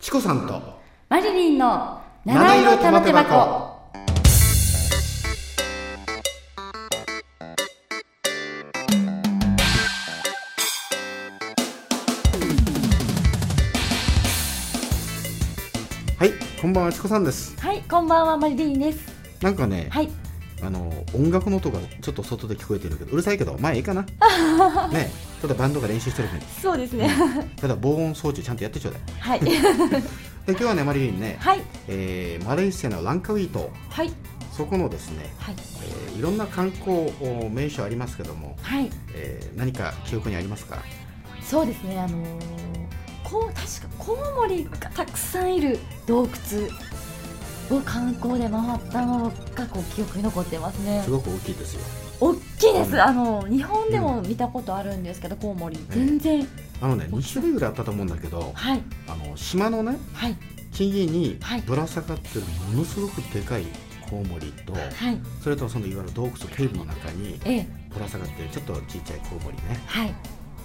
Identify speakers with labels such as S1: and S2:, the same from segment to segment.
S1: チコさんと
S2: マリリンの七色玉手箱。
S1: はい、こんばんはチコさんです。
S2: はい、こんばんはマリリンです。
S1: なんかね、
S2: はい、
S1: あの音楽の音がちょっと外で聞こえてるけど、うるさいけどまあいいか な。ね、ただバンドが練習してる分、
S2: そうですね。
S1: ただ防音装置ちゃんとやってちょうだい。
S2: はい、
S1: で今日はねマリリンね、
S2: はい、
S1: えーマレーシアのランカウイ島
S2: はい、
S1: そこのですね、
S2: はい、
S1: えーいろんな観光お名所ありますけども、
S2: はい、
S1: えー何か記憶にありますか。
S2: そうですね。あのー、こう確かコウモリがたくさんいる洞窟を観光で回ったのがこう記憶に残ってますね
S1: す。ごく大きいですよ。
S2: 大きいで
S1: う
S2: す。
S1: ん
S2: あのー日本でも見たことあるんですけどコウモリ全然、
S1: あのね、2種類ぐらいあったと思うんだけど、
S2: はい、
S1: あの島のね
S2: はい、
S1: 木々に
S2: はい
S1: ぶら下がってるものすごくでかいコウモリと、
S2: はい、
S1: それとそのいわゆる洞窟ケーブの中に
S2: ええ、
S1: ぶら下がってるちょっとちっちゃいコウモリね
S2: はい、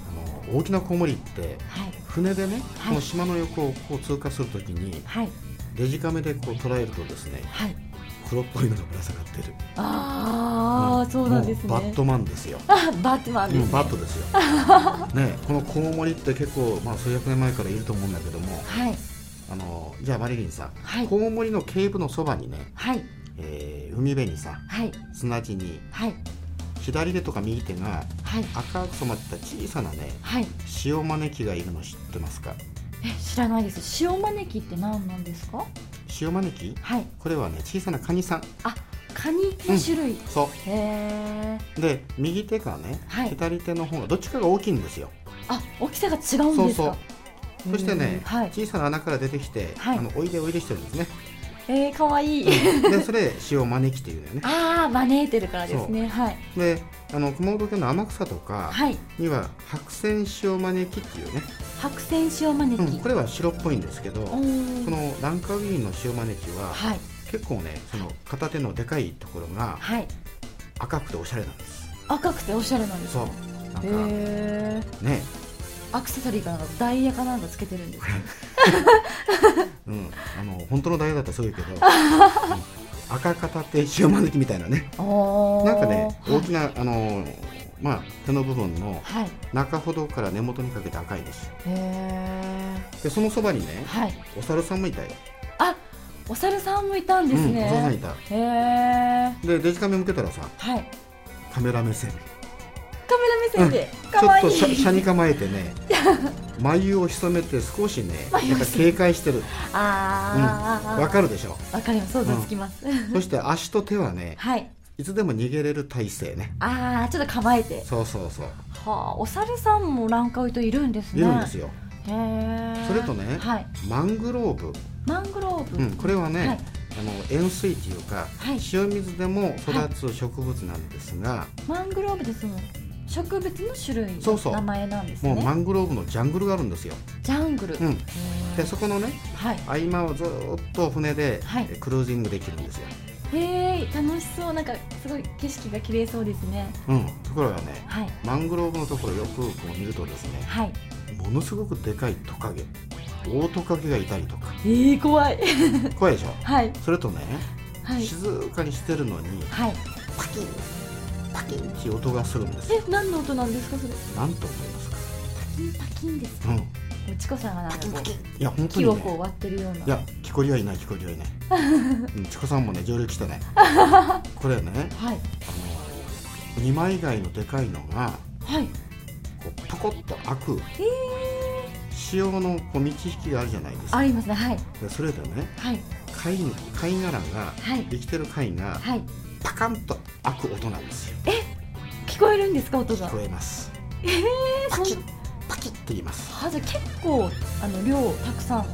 S1: あの大きなコウモリって
S2: はい、
S1: 船でね、
S2: はい
S1: この島の横をこう通過するときに
S2: はい、
S1: デジカメでこう捉えるとですね
S2: はい。
S1: 黒っぽいのがぶら下がってる
S2: ああ、そうなんですね。
S1: もうバットマンですよ
S2: あバットマンです、
S1: うん
S2: ね。
S1: バットですよねこのコウモリって結構、まあ、数百年前からいると思うんだけども
S2: はい、
S1: あのじゃあマリリンさん、
S2: はい
S1: コウモリの頸部のそばにね、
S2: はい、
S1: えー海辺にさ
S2: はい、
S1: 砂地に
S2: はい、
S1: 左手とか右手が
S2: はい、
S1: 赤く染まった小さなね
S2: はい。
S1: 塩招きがいるの知ってますか
S2: え、知らないです。塩招きって何なんですか。
S1: 塩招き
S2: はい、
S1: これはね小さなカニさん
S2: カニの種類。
S1: そ
S2: へえ。
S1: うで右手かね、
S2: はい
S1: 左手の方がどっちかが大きいんですよ
S2: あ、大きさが違うん
S1: そう
S2: です
S1: そ
S2: か
S1: う。そしてね
S2: うん、はい。
S1: 小さな穴から出てきて、
S2: はい
S1: あのおいでおいでしてるんですね
S2: えー、可愛い
S1: でそれ塩招きっていうんだよね
S2: ああ、招いてるからですね。はい、
S1: であの熊本県の天草とか
S2: はい。
S1: には白線塩招きっていうね、
S2: 白線塩招
S1: うん、
S2: き。
S1: これは白っぽいんですけど、
S2: おー
S1: このランカウィーンの塩招きは
S2: はい、
S1: 結構ねその片手のでかいところが
S2: はい。
S1: 赤くておしゃれなんです
S2: 赤くておしゃれなんです
S1: そ
S2: ね。
S1: うなんか
S2: へえ。
S1: ね、
S2: アクセサリーかなんかダイヤかなんかつけてるんですか。
S1: うん、あの本当のダイヤだったらそういうけ ど、うん赤片手塩招きみたいなね
S2: おー
S1: なんかね
S2: はい
S1: 大きなあのまあ手の部分の
S2: はい。
S1: 中ほどから根元にかけて赤いです
S2: へえ。
S1: でそのそばにね
S2: はい。
S1: お猿さんもいたよ、
S2: あ、お猿さんもいたん
S1: う
S2: です
S1: ん、お猿さん
S2: ね。
S1: いた
S2: へえ。
S1: でデジカメ向けたらさ
S2: はい。
S1: カメラ目線
S2: カメラ目線で。可
S1: ちょ
S2: 愛
S1: っと
S2: い
S1: 車に構えて ね眉を潜めて少しね
S2: 眉
S1: や
S2: を
S1: っぱ
S2: 潜め
S1: 警戒してるうん
S2: ああ。
S1: わかるでしょ
S2: る。わかります。想像つきます。
S1: そして足と手はね
S2: はい。
S1: いつでも逃げれる体勢ね
S2: ああ、ちょっと構えて。
S1: そうそうそう
S2: はあ、お猿さんもランカウイといるんです
S1: い
S2: ね。
S1: るんですよ
S2: へえ。
S1: それとね
S2: はい。
S1: マングローブ、
S2: マングローブ。
S1: うん、これはね、
S2: はい
S1: あの塩水というか、
S2: はい
S1: 塩水でも育つ植物なんですが、
S2: マングローブでその植物の種類
S1: そうそ
S2: の
S1: う
S2: 名前なんですね。
S1: もうマングローブのジャングルがあるんですよ、
S2: ジャングル。
S1: う
S2: へ
S1: ん、
S2: ー
S1: でそこのね
S2: はい。
S1: 合間をずーっと船で
S2: はい
S1: えクルージングできるんですよ、
S2: へえ、楽しそう。なんかすごい景色が綺麗そうですね。
S1: うん、ところがね
S2: はい。
S1: マングローブのところよくこう見るとですね
S2: はい。
S1: ものすごくでかいトカゲ大トカゲがいたり とか
S2: えー、怖い。
S1: 怖いでしょ
S2: はい。
S1: それとね、
S2: はい。
S1: 静かにしてるのに
S2: はい。
S1: パキンパキンっていう音がするんですよ
S2: え、何の音なんですか、それ。パ
S1: なんと思いますか、
S2: キンパキンですか。
S1: うん、
S2: もちこさんがなんかこう、
S1: いや本当
S2: 木
S1: に
S2: をこう
S1: ね
S2: 割ってるような。
S1: いや木こりはいない木こり はいないうんチコさんもね上陸してねこれね
S2: はい。
S1: あの二枚貝のでかいのが
S2: はい。
S1: こうポコッと開く
S2: えー、
S1: 潮のこう満ち引きがあるじゃないですか
S2: ありますね。はい。
S1: でそれでね
S2: はい。
S1: 貝の貝殻が
S2: はい。
S1: 生きてる貝が
S2: はい。
S1: パカンと開く音なんですよ
S2: 聞こえるんですか、音が
S1: 聞。こえます
S2: ええー、
S1: パ
S2: そん
S1: キッパキッって言います
S2: はず、結構、あの量、たくさ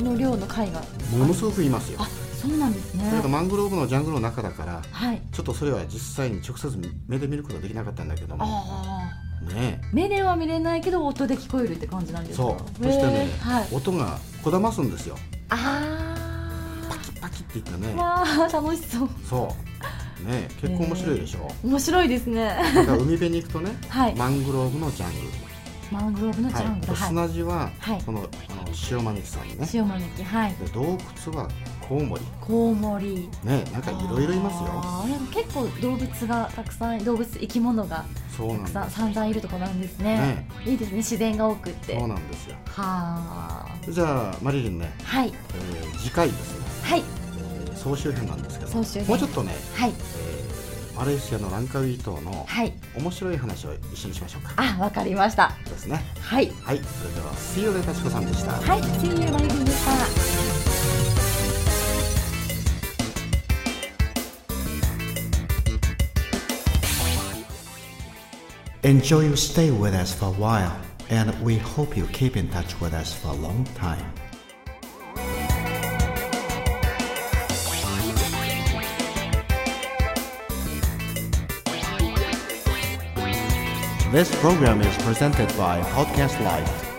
S2: んの量の貝が。
S1: ものすごく言いますよ
S2: あ、そうなんですね
S1: だ。けどマングローブのジャングルの中だから
S2: はい。
S1: ちょっとそれは実際に直接目で見ることはできなかったんだけども
S2: ああ。
S1: ね
S2: 目では見れないけど、音で聞こえるって感じなんですか。
S1: そうそ
S2: へ
S1: して
S2: ー
S1: ね
S2: はい。
S1: 音がこだますんですよ
S2: あ
S1: パキッパキッって言って
S2: あ。
S1: ね
S2: わあ、楽しそう。
S1: そうね結 構面白いでしょ
S2: 面白いですね。
S1: だから海辺に行くとね
S2: はい。
S1: マングローブのジャングル
S2: マングローブのジ
S1: はい
S2: ャングル、はい
S1: 砂地は、
S2: はい
S1: そのあの塩招きさんね
S2: 塩招きはい
S1: で洞窟はコウモリ
S2: コウモリ
S1: ねなんかいろいろいますよ
S2: あーなんか結構動物がたくさん動物生き物が
S1: そう
S2: た
S1: なん
S2: く
S1: です
S2: さん散々いるとこなんですね
S1: ね
S2: いいですね自然が多くって
S1: そう
S2: は
S1: なんですよ
S2: あ
S1: じゃあマリリンね、
S2: はい
S1: えー次回ですね、
S2: はい
S1: えー総集編なんですけど
S2: 総集編
S1: もうちょっとね、
S2: は
S1: え
S2: い
S1: ーマレーシアのランカウイ島の
S2: はい
S1: 面白い話を一緒にしましょうか
S2: あわかりました
S1: ですね
S2: はい
S1: はいそれでは水曜で幸子さんでした、
S2: はい See you マリリンでした
S3: Enjoy your stay with us for a while, and we hope you keep in touch with us for a long time. This program is presented by Podcast Life.